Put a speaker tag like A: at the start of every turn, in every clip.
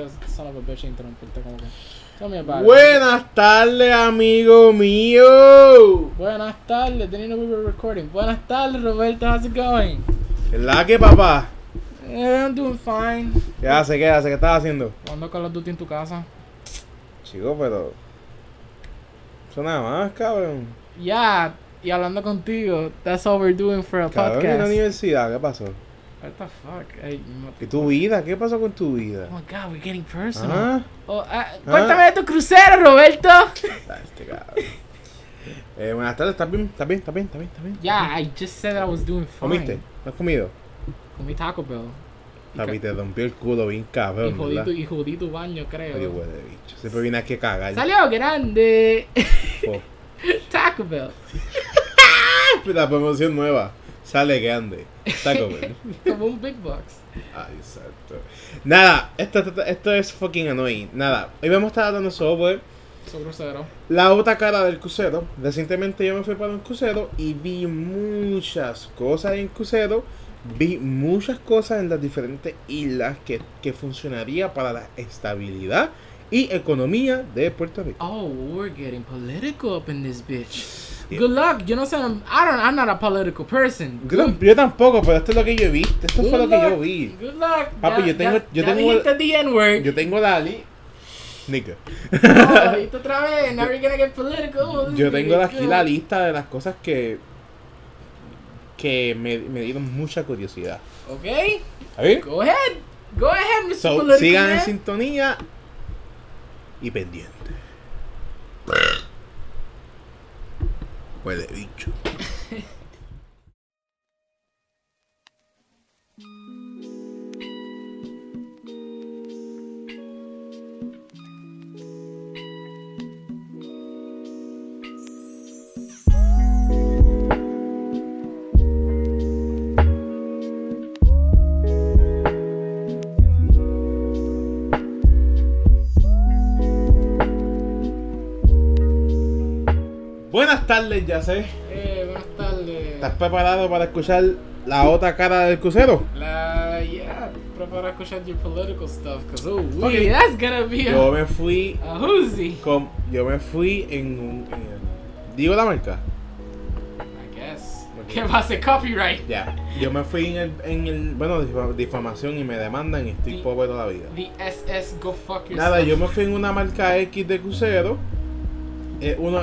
A: Son of a bitch interrumpirte como que. Tell me about it.
B: Buenas tardes, amigo mío.
A: Buenas tardes, didn't know we were recording. Buenas tardes, Roberto, how's it going?
B: ¿La que, papá?
A: Eh, I'm doing fine.
B: ¿Qué hace? ¿Qué hace? ¿Qué estás haciendo?
A: Cuando Call of Duty en tu casa.
B: Chico, pero. Eso nada más, cabrón.
A: Yeah, y hablando contigo, that's all we're doing for a
B: Cabrón, en la
A: podcast.
B: universidad, ¿qué pasó?
A: What the fuck? Ey, no-
B: ¿Y tu vida? ¿Qué pasó con tu vida?
A: Oh my god, we're getting personal.
B: Ah,
A: Oh, ah, cuéntame de tu crucero, Roberto.
B: está este cabrón. Eh, buenas tardes, ¿estás bien? ¿Estás bien? ¿Estás bien? ¿Estás bien? ¿Estás bien?
A: Yeah, I just said I was doing fine.
B: ¿Comiste? ¿No has comido?
A: Comí Taco Bell. Y ca-
B: Papi, te rompió el culo bien
A: Y
B: cabrón,
A: jodí
B: ¿verdad?
A: tu, y jodí tu baño, creo.
B: Oye, huele de bicho. Siempre viene aquí a cagar.
A: Salió grande.
B: Po.
A: Taco Bell.
B: La promoción nueva. Sale grande. Taco Bell.
A: Como un Big Box.
B: Ay, Ah, exacto. Nada, esto, esto, esto es fucking annoying. Nada, hoy vamos a estar hablando sobre
A: Soy grosero.
B: la otra cara del crucero. Recientemente yo me fui para un crucero y vi muchas cosas en crucero. Vi muchas cosas en las diferentes islas que, que funcionaría para la estabilidad y economía de Puerto Rico.
A: Oh, we're getting political up in this bitch. Good luck. Yo no sé, I don't, I'm not a political person.
B: Yo, tam- yo tampoco, pero esto es lo que yo vi. Esto fue lo que yo
A: luck.
B: vi.
A: Good luck.
B: Papi, yo tengo-
A: ya,
B: yo
A: ya
B: tengo-
A: dijiste the N-word.
B: Yo tengo la li... Nigga.
A: Oh, dijiste otra vez. Now you're gonna get political. This
B: Yo
A: is
B: tengo
A: gonna
B: aquí
A: be
B: la
A: good.
B: lista de las cosas que que me, me dieron mucha curiosidad.
A: Okay.
B: ¿Está bien?
A: Go ahead. Go ahead, Mr.
B: So,
A: political
B: sigan en
A: man.
B: sintonía y pendiente. Huele bicho. Buenas tardes, ya sé.
A: Eh, buenas tardes.
B: ¿Estás preparado para escuchar la otra cara del crucero?
A: La, yeah, prepara a escuchar your political stuff, cause oh,
B: Okay.
A: we, that's gonna be a,
B: Yo me fui
A: a hoozy,
B: con, yo me fui en un en- digo la marca.
A: I guess.
B: Okay.
A: ¿Qué va a ser copyright?
B: Ya, yo me fui en el, en el bueno, difa- difamación y me demandan y estoy
A: Sí.
B: pobre toda la vida.
A: The SS go fuck yourself.
B: Nada, yo me fui en una marca X de crucero. Es uno,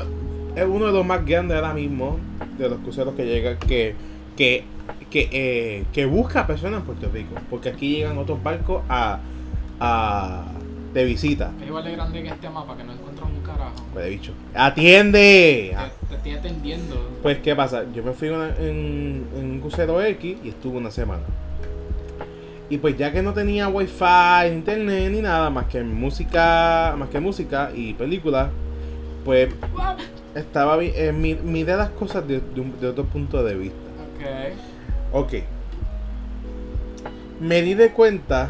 B: es uno de los más grandes ahora mismo, de los cruceros que llega, que, que, que, eh, que busca personas en Puerto Rico. Porque aquí llegan otros barcos a, a de visita.
A: Es igual de grande que este mapa que no encuentro un carajo.
B: Pues bicho. ¡Atiende! Ah,
A: Te, te estoy atendiendo.
B: Pues, ¿qué pasa? Yo me fui una- en, en un crucero X y estuve una semana. Y pues ya que no tenía wifi, internet, ni nada, más que música, más que música y películas, pues estaba vi- eh, mi- miré las cosas de, de un- de otro punto de vista.
A: Okay.
B: Ok. Me di de cuenta,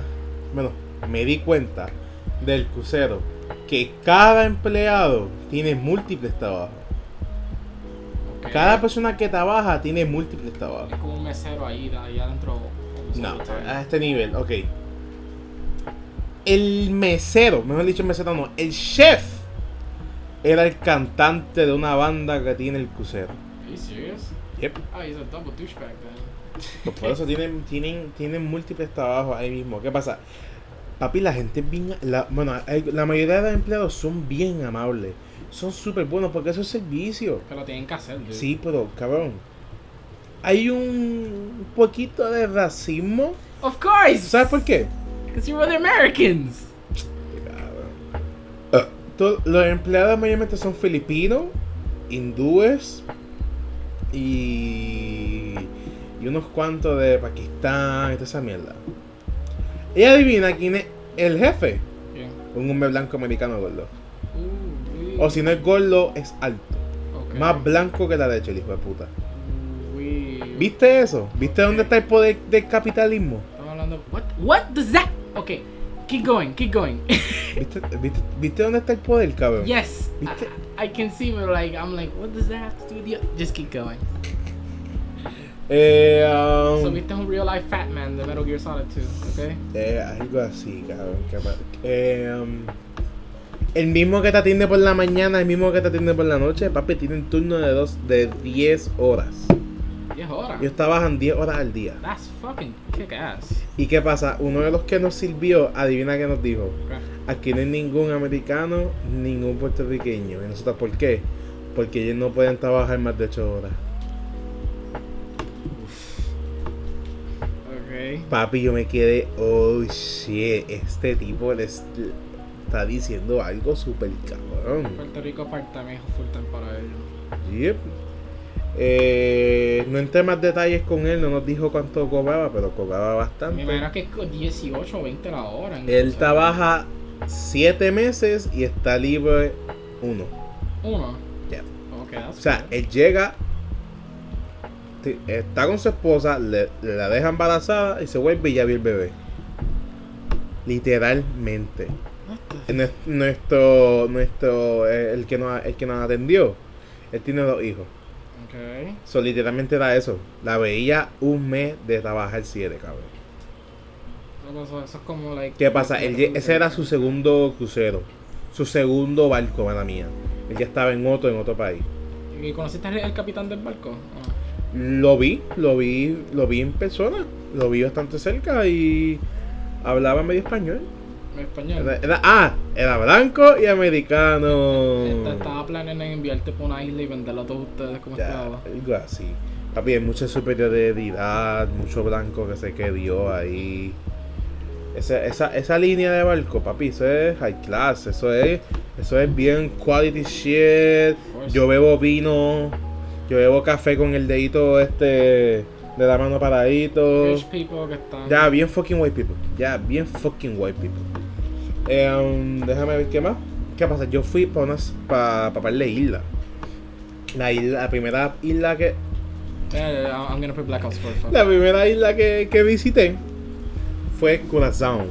B: bueno, me di cuenta del crucero que cada empleado tiene múltiples trabajos.
A: ok.
B: Cada persona que trabaja tiene múltiples trabajos.
A: Es como un mesero ahí, de ahí adentro.
B: No, a
A: Sorry.
B: este nivel, ok. El mesero, mejor dicho, el mesero no, el chef era el cantante de una banda que tiene el crucero.
A: Are you serious?
B: Yep.
A: Ah, he's a double douchebag then.
B: Pues Por eso tienen, tienen, tienen múltiples trabajos ahí mismo. ¿Qué pasa? Papi, la gente es bien. La, bueno, hay- la mayoría de los empleados son bien amables. Son súper buenos porque eso es servicio.
A: Que lo tienen que hacer, dude.
B: Sí, pero cabrón. Hay un poquito de racismo.
A: Of course.
B: ¿Sabes por qué?
A: Cause you're other Americans.
B: To- los empleados mayormente son filipinos, hindúes y, y unos cuantos de Pakistán y toda esa mierda. Y adivina quién es el jefe.
A: Bien.
B: Un hombre blanco americano gordo.
A: Uh,
B: O si no es gordo, es alto.
A: okay.
B: Oh, Más blanco que la leche, el hijo de puta.
A: Uy.
B: ¿Viste eso? ¿Viste dónde está el poder del capitalismo?
A: Estamos hablando. What? What does that? Okay. Keep going. Keep going.
B: ¿Viste, viste, viste dónde está el poder, cabrón?
A: yes. I,
B: Viste-
A: I can see. But like, I'm like, what does that have to do with you? Just keep going.
B: Eh, um,
A: So viste un real life Fat Man de Metal Gear Solid 2, ¿ok?
B: eh, algo así, cabrón. que pa- eh, um, el mismo que te atiende por la mañana, el mismo que te atiende por la noche, papi, tienen turno de dos, de 10 horas.
A: 10 horas.
B: Ellos trabajan 10 horas al día.
A: That's fucking kick ass.
B: ¿Y qué pasa? Uno de los que nos sirvió, adivina qué nos dijo. Aquí no hay ningún americano, ningún puertorriqueño. ¿Y nosotros por qué? Porque ellos no pueden trabajar más de 8 horas.
A: Ok.
B: Papi, yo me quedé, oh shit, este tipo le es- le está diciendo algo súper cabrón.
A: Puerto Rico apartamento full time para ellos.
B: Yep. Eh, no entré más detalles con él, no nos dijo cuánto cobraba, pero cobraba
A: Me
B: bastante.
A: imagino que es con 18 o 20 la hora. ¿no? O
B: Él
A: sea,
B: trabaja 7 meses y está libre uno.
A: Uno.
B: Ya.
A: Ok, that's
B: O sea, eh,
A: good.
B: él llega, te- está con su esposa, le, la deja embarazada y se vuelve y ya vi el bebé. Literalmente.
A: What the
B: Nues- Nuestro, nuestro, eh, el que nos, el que nos atendió, él tiene dos hijos.
A: Okay.
B: So, literalmente era eso. La veía un mes de trabajar siete, cabrón.
A: No, pues, Eso, es como like.
B: ¿Qué pasa? Él ye- ese era su segundo crucero. Su segundo barco, mala mía. Él ya estaba en otro, en otro país.
A: ¿Y conociste al, al capitán del barco? Ah.
B: Lo vi, lo vi, lo vi en persona. Lo vi bastante cerca y hablaba medio español.
A: En español.
B: Era, era- ah, era blanco y americano.
A: Esta- estaba planeando en enviarte por una isla y venderlo a todos ustedes como
B: Ya,
A: esclavos.
B: algo así. Papi, hay mucha superioridad, mucho blanco que se quedó ahí. Esa, esa, esa línea de barco, papi, eso es high class, eso es, eso es bien quality shit.
A: course.
B: Yo bebo vino, yo bebo café con el dedito este de la mano paradito.
A: Rich people que están.
B: Ya, bien fucking white people. Ya, bien fucking white people. Eh, um, déjame ver qué más. ¿Qué pasa? Yo fui para unas. para pa, par de islas. La isla, la primera isla que.
A: Eh, I'm I'm gonna put Black Ops 4 fuck.
B: La primera isla que, que visité fue Curazao.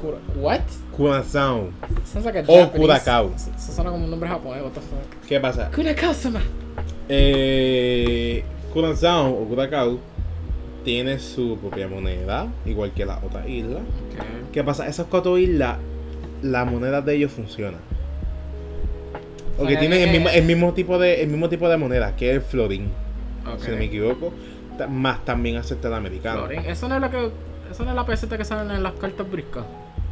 A: Cura- What?
B: Curazao.
A: Sounds like a
B: O
A: Japanese-
B: Curacao.
A: Eso suena como un nombre japonés, what the fuck.
B: ¿Qué pasa?
A: Kurakao-sama.
B: Eh, Curazao o Curacao tiene su propia moneda, igual que las otras islas.
A: Okay.
B: ¿Qué pasa? Esas cuatro islas, la moneda de ellos funciona. Porque
A: O sea,
B: tienen el
A: eh,
B: mismo,
A: eh.
B: el mismo tipo de el mismo tipo de moneda, que es el florín, si no me
A: Okay.
B: equivoco. Ta- Más también acepta el americano.
A: Florín. Eso no es lo que. Eso no es la peseta que salen en las cartas briscas.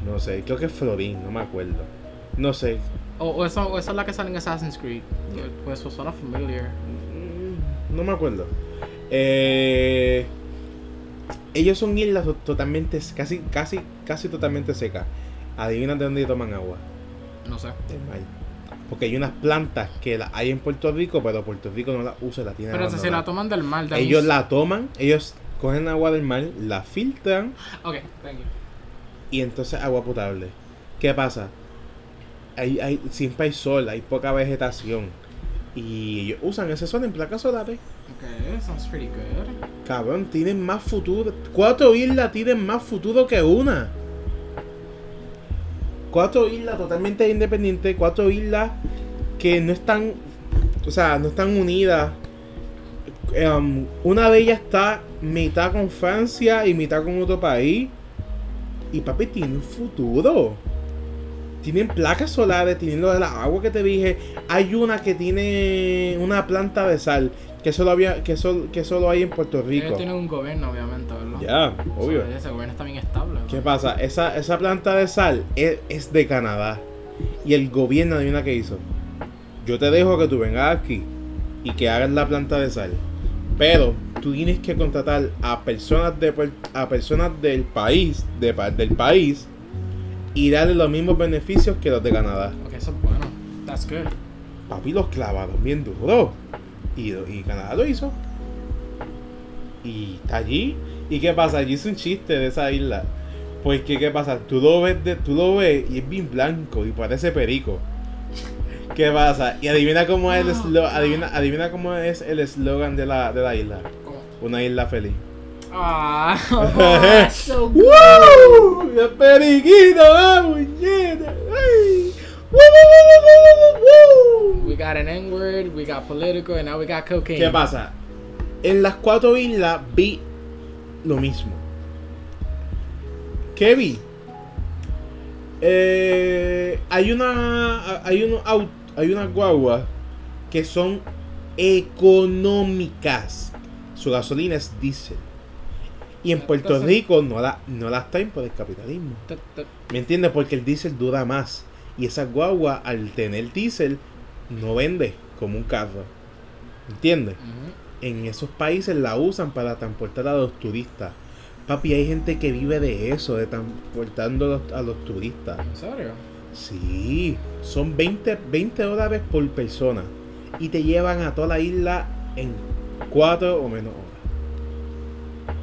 B: No sé, creo que es florín, no me acuerdo. No sé.
A: O, o eso, o eso es la que sale en Assassin's Creed. Pues eso suena familiar.
B: Mm, No me acuerdo. Eh, ellos son islas to- totalmente, casi, casi, casi totalmente secas. Adivina de dónde toman agua.
A: No sé.
B: del mar. Este, Porque hay unas plantas que las hay en Puerto Rico, pero Puerto Rico no las usa, las tiene
A: Pero si se la
B: abandonadas.
A: toman del mar, that
B: Ellos
A: means-
B: la toman, ellos cogen agua del mar, la filtran
A: Ok, thank you.
B: y entonces agua potable. ¿Qué pasa? Hay, hay- siempre hay sol, hay poca vegetación. Y ellos usan ese sol en placas solares.
A: Ok, sounds pretty good.
B: Cabrón, tienen más futuro. Cuatro islas tienen más futuro que una. Cuatro islas totalmente independientes, cuatro islas que no están, o sea, no están unidas. Em, una de ellas está mitad con Francia y mitad con otro país. Y papi, tiene un futuro. Tienen placas solares, tienen lo de la agua que te dije. Hay una que tiene una planta de sal, que solo, había, que sol- que solo hay en Puerto Rico.
A: Ellos tienen un gobierno, obviamente, ¿verdad?
B: Ya,
A: O sea,
B: obvio.
A: ese gobierno está bien estable.
B: ¿Qué
A: ¿verdad?
B: pasa? Esa, esa planta de sal es, es de Canadá. Y el gobierno, adivina qué hizo. Yo te dejo que tú vengas aquí y que hagas la planta de sal. Pero tú tienes que contratar a personas, de, Puer- a personas del país, de, pa- del país, y darle los mismos beneficios que los de Canadá.
A: Ok, eso es bueno. That's good.
B: Papi los clavaron bien duro. Y, y Canadá lo hizo. Y está allí. ¿Y qué pasa? Allí hice un chiste de esa isla. Porque qué pasa, tú lo ves, de, tú lo ves y es bien blanco y parece perico. ¿Qué pasa? Y adivina cómo es el eslo- adivina, adivina cómo es el eslogan de la, de la isla.
A: ¿Cómo?
B: Una isla feliz.
A: Ah, that's so good.
B: ¡Woo! ¡Qué periquito! ¡Ah, muñeca! ¡Ay! ¡Woo, woo, woo, woo, woo, woo!
A: We got an N word, we got political, and now we got cocaine.
B: ¿Qué pasa? En las cuatro islas vi lo mismo. ¿Qué vi? Eh, hay una. Hay unos aut- hay unas guaguas que son económicas. Su gasolina es diésel. Y en Puerto
A: Entonces-
B: Rico no la, no las traen por el capitalismo.
A: Ta- ta-
B: ¿Me entiendes? Porque el diésel dura más. Y esa guagua, al tener diésel, no vende como un carro. ¿Entiendes?
A: ujú.
B: En esos países la usan para transportar a los turistas. Papi, hay gente que vive de eso, de transportando a los, a los turistas.
A: ¿En serio?
B: Sí, son 20, 20 dólares por persona. Y te llevan a toda la isla en 4 o menos horas.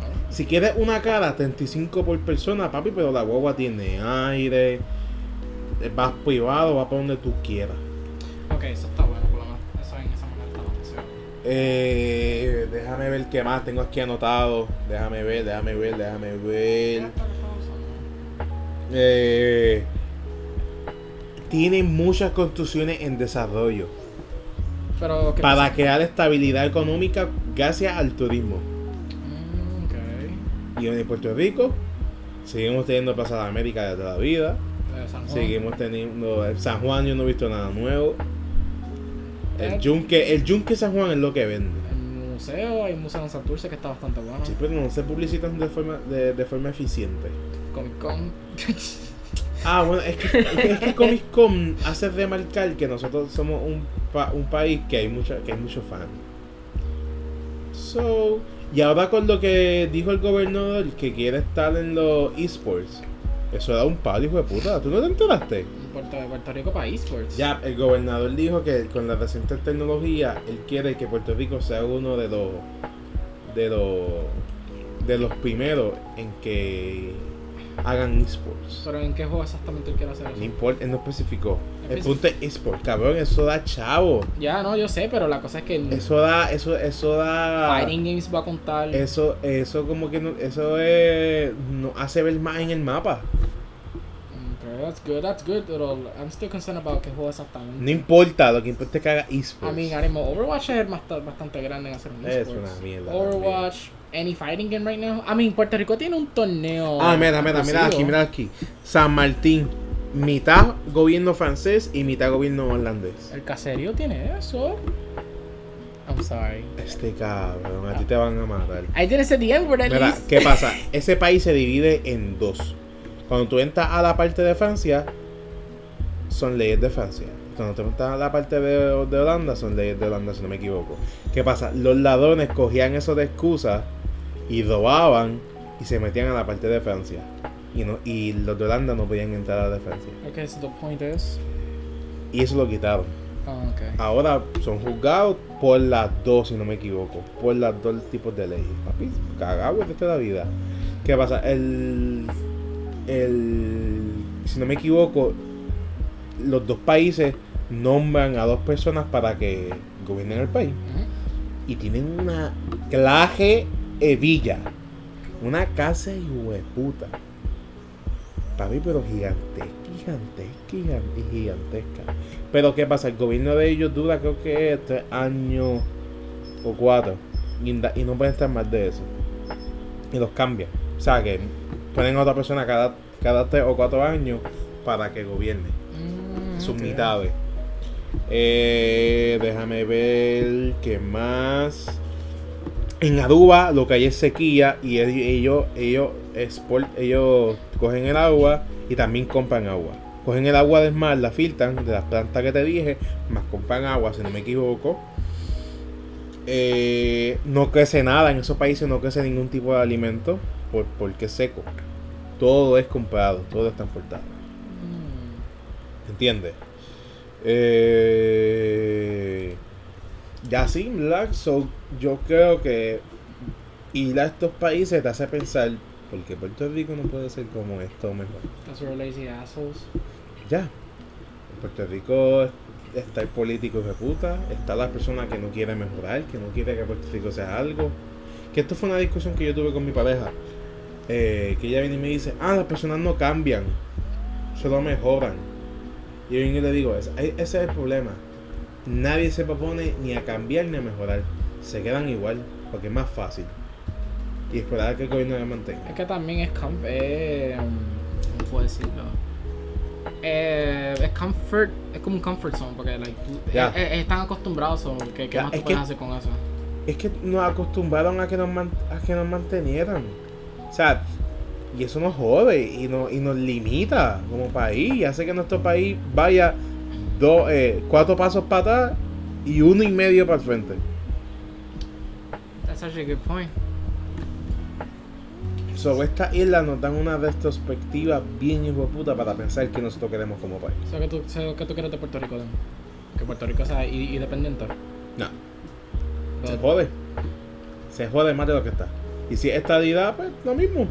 A: Ah,
B: Si quieres una cara, 35 por persona, papi, pero la guagua tiene aire. eh, Vas privado, vas para donde tú quieras.
A: Ok, eso está bueno, por lo menos. Eso en esa manera está la opción.
B: Eh, déjame ver qué más tengo aquí anotado. Déjame ver, déjame ver, déjame ver. Eh, tiene muchas construcciones en desarrollo.
A: Pero, ¿qué
B: para
A: pasa?
B: crear estabilidad económica gracias al turismo.
A: Mm, ok.
B: Y en Puerto Rico seguimos teniendo Plaza de América de toda la vida,
A: Eh, San Juan.
B: seguimos teniendo el San Juan, yo no he visto nada nuevo.
A: Eh.
B: El yunque, el yunque San Juan es lo que vende.
A: El museo, hay un museo en Santurce que está bastante bueno.
B: Sí, pero no se publicitan de forma, de, de forma eficiente.
A: Comic Con.
B: Ah, bueno, es que, es que Comic Con hace remarcar que nosotros somos un, pa- un país que hay mucha, que hay muchos fans. So, y ahora con lo que dijo el gobernador que quiere estar en los esports, eso da un palo, hijo de puta. ¿Tú no te enteraste?
A: Puerto, Puerto Rico para esports.
B: Ya, el gobernador dijo que con la reciente tecnología, él quiere que Puerto Rico sea uno de los de los de los primeros en que hagan esports.
A: Pero en qué juego exactamente él quiere hacer
B: No
A: eso.
B: importa, él no especificó.
A: No
B: El punto es esport, cabrón, eso da chavo.
A: Ya, no, yo sé, pero la cosa es que el
B: Eso da, eso, eso da.
A: Fighting Games va a contar.
B: Eso, eso como que no- eso es, nos hace ver más en el mapa.
A: Mm, pero that's good, that's good, pero I'm still concerned about qué juego exactamente.
B: No importa, lo que importa es que haga esports.
A: I mean, ahora mismo Overwatch es bast- bastante grande en hacer un
B: Es
A: esports.
B: una mierda
A: Overwatch, any fighting game right now. I mean, Puerto Rico tiene un torneo.
B: ah, mira, mira, mira aquí,
A: exclusivo.
B: mira aquí. San Martín, mitad gobierno francés y mitad gobierno holandés.
A: El caserío tiene eso. I'm sorry.
B: Este cabrón, a ti te van a matar.
A: Ahí tienes el DM, word at
B: Mira,
A: least.
B: ¿qué pasa? Ese país se divide en dos. Cuando tú entras a la parte de Francia, son leyes de Francia. Cuando tú entras a la parte de, de Holanda, son leyes de Holanda, si no me equivoco. ¿Qué pasa? Los ladrones cogían eso de excusa y robaban y se metían a la parte de Francia. Y, no, y los de Holanda no podían entrar a la de Francia.
A: Okay, so the point is.
B: Y eso lo quitaron.
A: Oh, okay.
B: Ahora son juzgados por las dos, si no me equivoco. Por las dos tipos de leyes. Papi, cagado de toda la vida. ¿Qué pasa? El, el. Si no me equivoco, los dos países nombran a dos personas para que gobiernen el país.
A: Ujú.
B: Y tienen una claje hebilla. Una casa y hueputa. Papi, pero gigantesca, gigantesca, gigan- gigantesca. Pero ¿qué pasa? El gobierno de ellos dura creo que tres años o cuatro. Y, nda- y no pueden estar más de eso. Y los cambian. O sea que ponen a otra persona cada, cada tres o cuatro años para que gobierne
A: Mm,
B: sus
A: okay.
B: mitades. Eh, déjame ver qué más. En Aruba lo que hay es sequía y el- ellos ellos export- ellos cogen el agua y también compran agua. Cogen el agua del mar, la filtran de las plantas que te dije, más compran agua, si no me equivoco. Eh, no crece nada, en esos países no crece ningún tipo de alimento por- porque es seco. Todo es comprado, todo es transportado.
A: Mm.
B: ¿Entiendes? Eh, ya sí, Black, so, yo creo que ir a estos países te hace pensar, porque Puerto Rico no puede ser como esto mejor.
A: That's where lazy assholes.
B: Ya. En Puerto Rico está el político de puta, está la persona que no quiere mejorar, que no quiere que Puerto Rico sea algo. Que esto fue una discusión que yo tuve con mi pareja. eh, que ella viene y me dice, ah, las personas no cambian, solo mejoran. Y yo vengo y le digo, "Es- e- ese es el problema. Nadie se propone ni a cambiar ni a mejorar. se quedan igual, porque es más fácil. Y esperar a que el gobierno la mantenga.
A: Es que también es. com- eh, ¿Cómo puedo decirlo? Eh, es comfort. Es como un comfort zone, porque like, tú-
B: Ya.
A: eh, eh, están acostumbrados. so, ¿Qué, qué
B: Ya,
A: más
B: es
A: tú
B: que-
A: puedes hacer con eso?
B: Es que nos acostumbraron a que nos, man- a que nos mantenieran. O sea, y eso nos jode y, no, y nos limita como país. Y hace que nuestro país vaya dos, eh, cuatro pasos para atrás y uno y medio para el frente.
A: That's actually a good point.
B: Sobre esta isla nos dan una retrospectiva bien hijo de puta para pensar que nosotros queremos como país.
A: So, ¿qué, tú, so, ¿Qué tú quieres de Puerto Rico? then? Que Puerto Rico sea i- independiente.
B: No. Se
A: But-
B: jode. Se jode más de lo que está. Y si esta estadidad, pues lo mismo.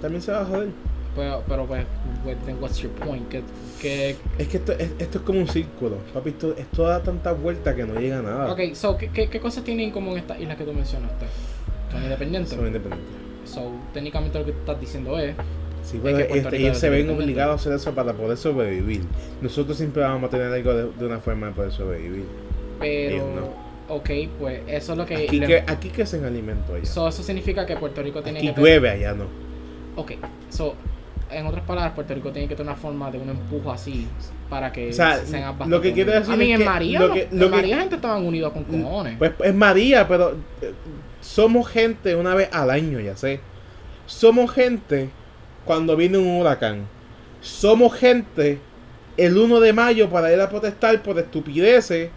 B: También se va a joder.
A: Pero, pero pues, what- then what's your point? Que, que,
B: Es que esto es, esto es como un círculo. Papi, esto, esto da tantas vueltas que no llega a nada.
A: ok, so, ¿qué, qué, qué cosas tienen en común estas islas que tú mencionaste? Son independientes.
B: Son independientes.
A: So, técnicamente lo que tú estás diciendo es.
B: Sí, pero
A: que Puerto
B: este,
A: Rico
B: ellos se ven
A: definitivamente-
B: obligados a hacer eso para poder sobrevivir. Nosotros siempre vamos a tener algo de, de una forma de poder sobrevivir.
A: Pero,
B: Ellos
A: ok, pues eso es lo que.
B: Aquí,
A: le-
B: que, aquí crecen alimentos allá.
A: so, eso significa que Puerto Rico tiene
B: aquí
A: que.
B: llueve, allá no.
A: Ok, so, en otras palabras, Puerto Rico tiene que tener una forma de un empujo así para que
B: O sea,
A: sean ambas
B: lo que
A: comunes.
B: quiero decir
A: A mí
B: es
A: en
B: que
A: María,
B: lo que-
A: en
B: lo que-
A: María gente estaban unidos con cojones.
B: Pues es María, pero eh, somos gente una vez al año, ya sé. Somos gente cuando viene un huracán. Somos gente el 1 de mayo para ir a protestar por estupideces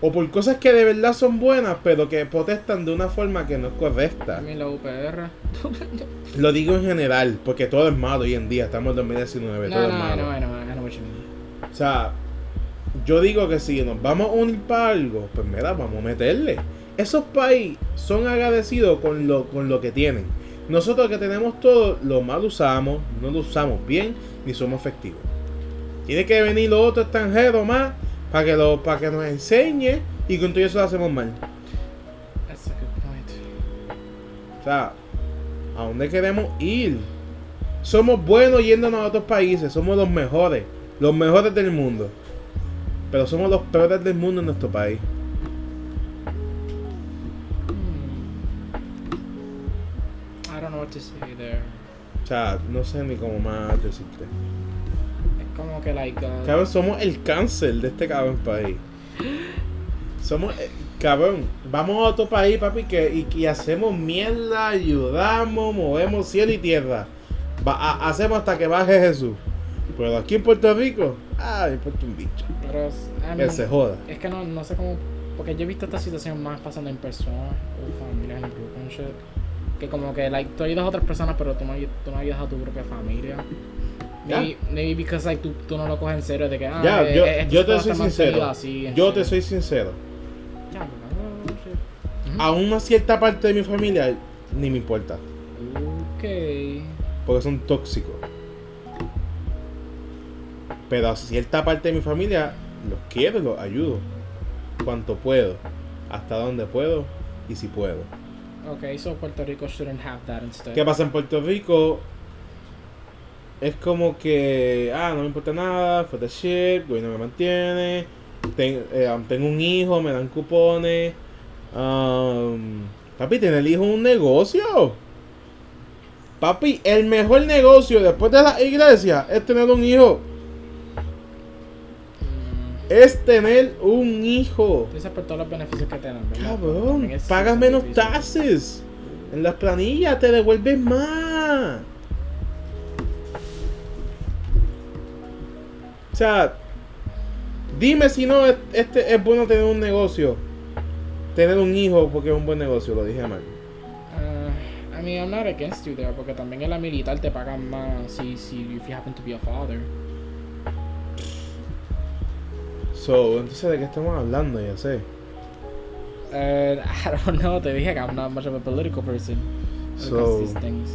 B: o por cosas que de verdad son buenas, pero que protestan de una forma que no es correcta.
A: También la UPR.
B: Lo digo en general, porque todo es malo hoy en día, estamos en 2019, todo
A: No, no,
B: es malo.
A: no, no, no, no, no, what you mean.
B: O sea, yo digo que si nos vamos a unir para algo, pues mira, vamos a meterle. Esos países son agradecidos con lo, con lo que tienen. Nosotros que tenemos todo, lo mal usamos, no lo usamos bien, ni somos efectivos. Tiene que venir los otros extranjeros más para que, lo, para que nos enseñe y con todo eso lo hacemos mal.
A: That's a good point.
B: O sea, ¿a dónde queremos ir? Somos buenos yéndonos a otros países, somos los mejores, los mejores del mundo. Pero somos los peores del mundo en nuestro país.
A: Hmm. I don't know what to say there.
B: O sea, no sé ni cómo más decirte.
A: Es como que, like. uh,
B: Cabrón, somos el cáncer de este cabrón país. Somos, eh, cabrón, vamos a otro país, papi, que, y, y hacemos mierda, ayudamos, movemos cielo y tierra. Va- ha- hacemos hasta que baje Jesús. Pero aquí en Puerto Rico, ah, me importa un bicho.
A: pero, I
B: Que
A: mean,
B: se joda.
A: Es que no, no sé cómo. Porque yo he visto esta situación más pasando en persona o familias en grupo and shit. Que como que, like, tú ayudas a otras personas, pero tú no, ayu- tú no ayudas a tu propia familia. Maybe, maybe because, like, tú, tú no lo coges en serio de que, ah,
B: Ya,
A: eh,
B: yo-
A: eh, esto
B: yo
A: se
B: te
A: puede
B: soy
A: hacer más seguido
B: sincero.
A: así and
B: Yo
A: shit.
B: te soy sincero.
A: Ya, pues, me cago en shit.
B: A una cierta parte de mi familia ni me importa.
A: Ok.
B: Porque son tóxicos. Pero a cierta parte de mi familia los quiero, y los ayudo. Cuanto puedo. Hasta donde puedo y si puedo.
A: Ok, so Puerto Rico shouldn't have that instead.
B: ¿Qué pasa en Puerto Rico? Es como que, ah, no me importa nada, fuck the shit, el gobierno me mantiene, ten- eh, um, tengo un hijo, me dan cupones. um, papi, tener el hijo es un negocio. Papi, el mejor negocio después de la iglesia es tener un hijo.
A: Mm,
B: Es tener un hijo.
A: Tú dices por todos los beneficios que te dan, ¿verdad?
B: Cabrón,
A: También es
B: pagas
A: súper
B: menos
A: difícil.
B: taxes. En las planillas te devuelves más. O sea, dime si no es- este es bueno tener un negocio. Tener un hijo porque es un buen negocio, lo dije mal.
A: Uh, I mean, I'm not against you there, porque también en la militar te pagan más si, si if you happen to be a father.
B: So, entonces de qué estamos hablando, ya sé.
A: Uh, I don't know, te dije que I'm not much of a political person. when it comes to
B: So-
A: these things.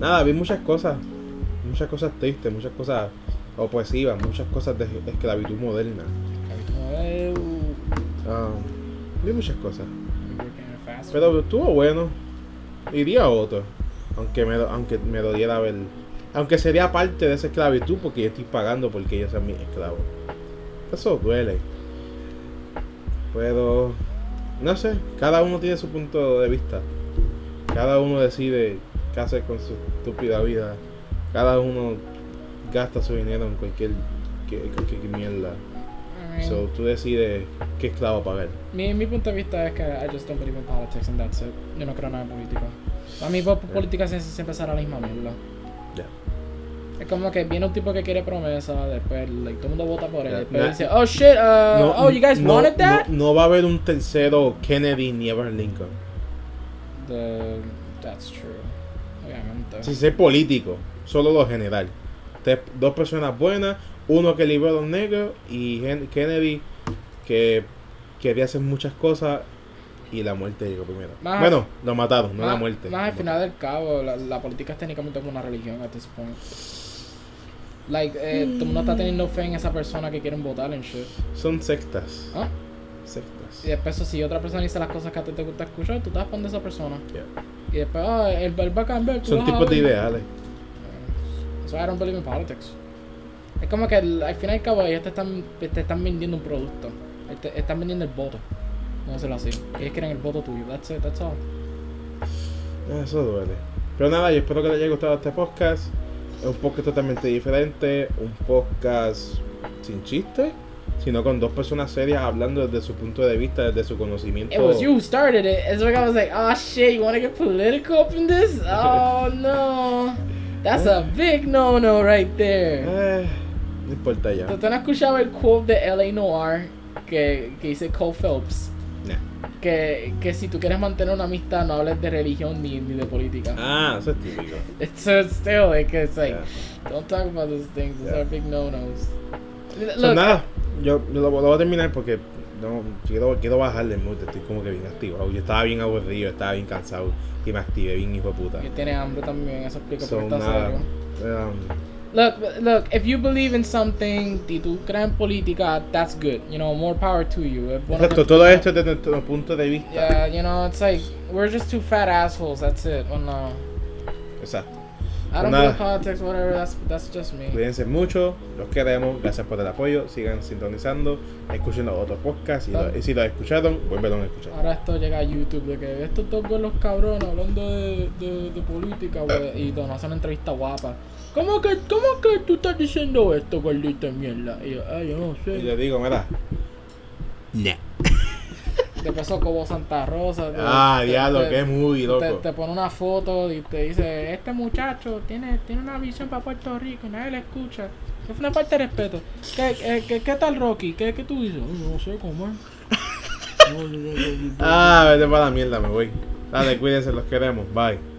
B: Nada, vi muchas cosas. Muchas cosas tristes, muchas cosas opresivas, muchas cosas de esclavitud moderna.
A: Eh, uh,
B: Ah, vi muchas cosas.
A: we work in a fast food.
B: Pero estuvo bueno. Iría a otro. Aunque me, lo- aunque me lo diera a ver. Aunque sería parte de esa esclavitud porque yo estoy pagando porque ellos sean mis esclavos. Eso duele. Pero, no sé, cada uno tiene su punto de vista. Cada uno decide qué hacer con su estúpida vida. Cada uno gasta su dinero en cualquier, que- cualquier mierda.
A: I mean,
B: So, tú decides qué esclavo pagar.
A: mi, mi punto de vista es que I just don't believe in politics and that's it. Yo no creo nada en política. A mí po- política siempre siempre será la misma mierda.
B: Ya.
A: Es como que viene un tipo que quiere promesa, después like, todo el mundo vota por él,
B: Ya,
A: después
B: na-
A: dice, oh shit, uh, oh you guys
B: no-
A: wanted that?
B: No, no va a haber un tercero Kennedy ni Abraham Lincoln.
A: The- that's true. Obviamente.
B: Sin ser político, solo lo general. Tres- dos personas buenas, uno que liberó a los negros y Gen- Kennedy que quería hacer muchas cosas y la muerte llegó primero.
A: Más-
B: bueno, lo mataron, no
A: más,
B: la muerte.
A: Más al final del cabo, la, la política es técnicamente como una religión at this point. Like, eh, todo el mundo está teniendo fe en esa persona que quieren votar en shit.
B: Son sectas.
A: ¿Ah?
B: Sectas.
A: Y después, eso, si otra persona dice las cosas que a ti te gusta escuchar, tú te vas a poner esa persona.
B: Yeah.
A: Y después, ah, el él va a cambiar. tú
B: Son
A: vas a
B: tipos de
A: ver.
B: ideales.
A: So I don't believe in politics. Es como que al al final y al cabo ellos te están, te están vendiendo un producto. Te están vendiendo el voto. No se lo así. Ellos quieren el voto tuyo. That's it, that's all.
B: Eso duele. Pero nada, yo espero que les haya gustado este podcast. Es un podcast totalmente diferente, un podcast sin chiste, sino con dos personas serias hablando desde su punto de vista, desde su conocimiento.
A: It was you who started it. It's like I was like, oh shit, you want to get political up in this? Oh no. That's a big no no right there.
B: Eh, no importa ya.
A: ¿Tú tú no has escuchado el quote de L.A. Noir que, que dice Cole Phelps?
B: Nah.
A: Que, que si tú quieres mantener una amistad no hables de religión ni, ni de política.
B: Ah, eso es típico.
A: It's so still like it's like
B: Yeah.
A: don't talk about those things. Those
B: Yeah.
A: are big no-nos. Look,
B: So, nada, yo, yo lo, lo voy a terminar porque no, quiero, quiero bajarle el mood, estoy como que bien activado. Yo estaba bien aburrido, estaba bien cansado y me activé bien hijo de puta.
A: que tiene hambre también, eso explica
B: So,
A: por qué está
B: nada.
A: serio.
B: um,
A: Look, look, if you believe in something, y tú crees en política, that's good. You know, more power to you. Es bueno
B: Exacto,
A: que-
B: todo esto desde nuestro punto de vista.
A: Yeah, you know, it's like we're just two fat assholes. That's it. Oh no.
B: Exacto.
A: I don't
B: Nada.
A: do politics, whatever. That's that's just me.
B: Cuídense mucho, los queremos, gracias por el apoyo, sigan sintonizando, escuchen los otros podcasts y, lo- y si los escucharon, vuelvan a escuchar.
A: Ahora esto llega a YouTube de que estos dos los cabrones hablando de, de, de política, güey, y nos hacen una entrevista guapa. ¿Cómo que, ¿Cómo que tú estás diciendo esto, gordito de mierda? Y yo, ay, yo no
B: Y
A: sé.
B: les digo, mira.
A: Después eso Cobo Santa Rosa. te-
B: Ah,
A: te-
B: diablo,
A: te-
B: que es muy
A: te,
B: loco.
A: te pone una foto y te dice, este muchacho tiene, tiene una visión para Puerto Rico y nadie le escucha. Que fue una falta de respeto. ¿Qué, eh, qué, qué tal Rocky? ¿Qué, qué tú dices? "Ay, yo no sé cómo es. No, yo- yo- yo- yo-
B: Ah, vete para la mierda, me voy. Dale, cuídense, los queremos, bye.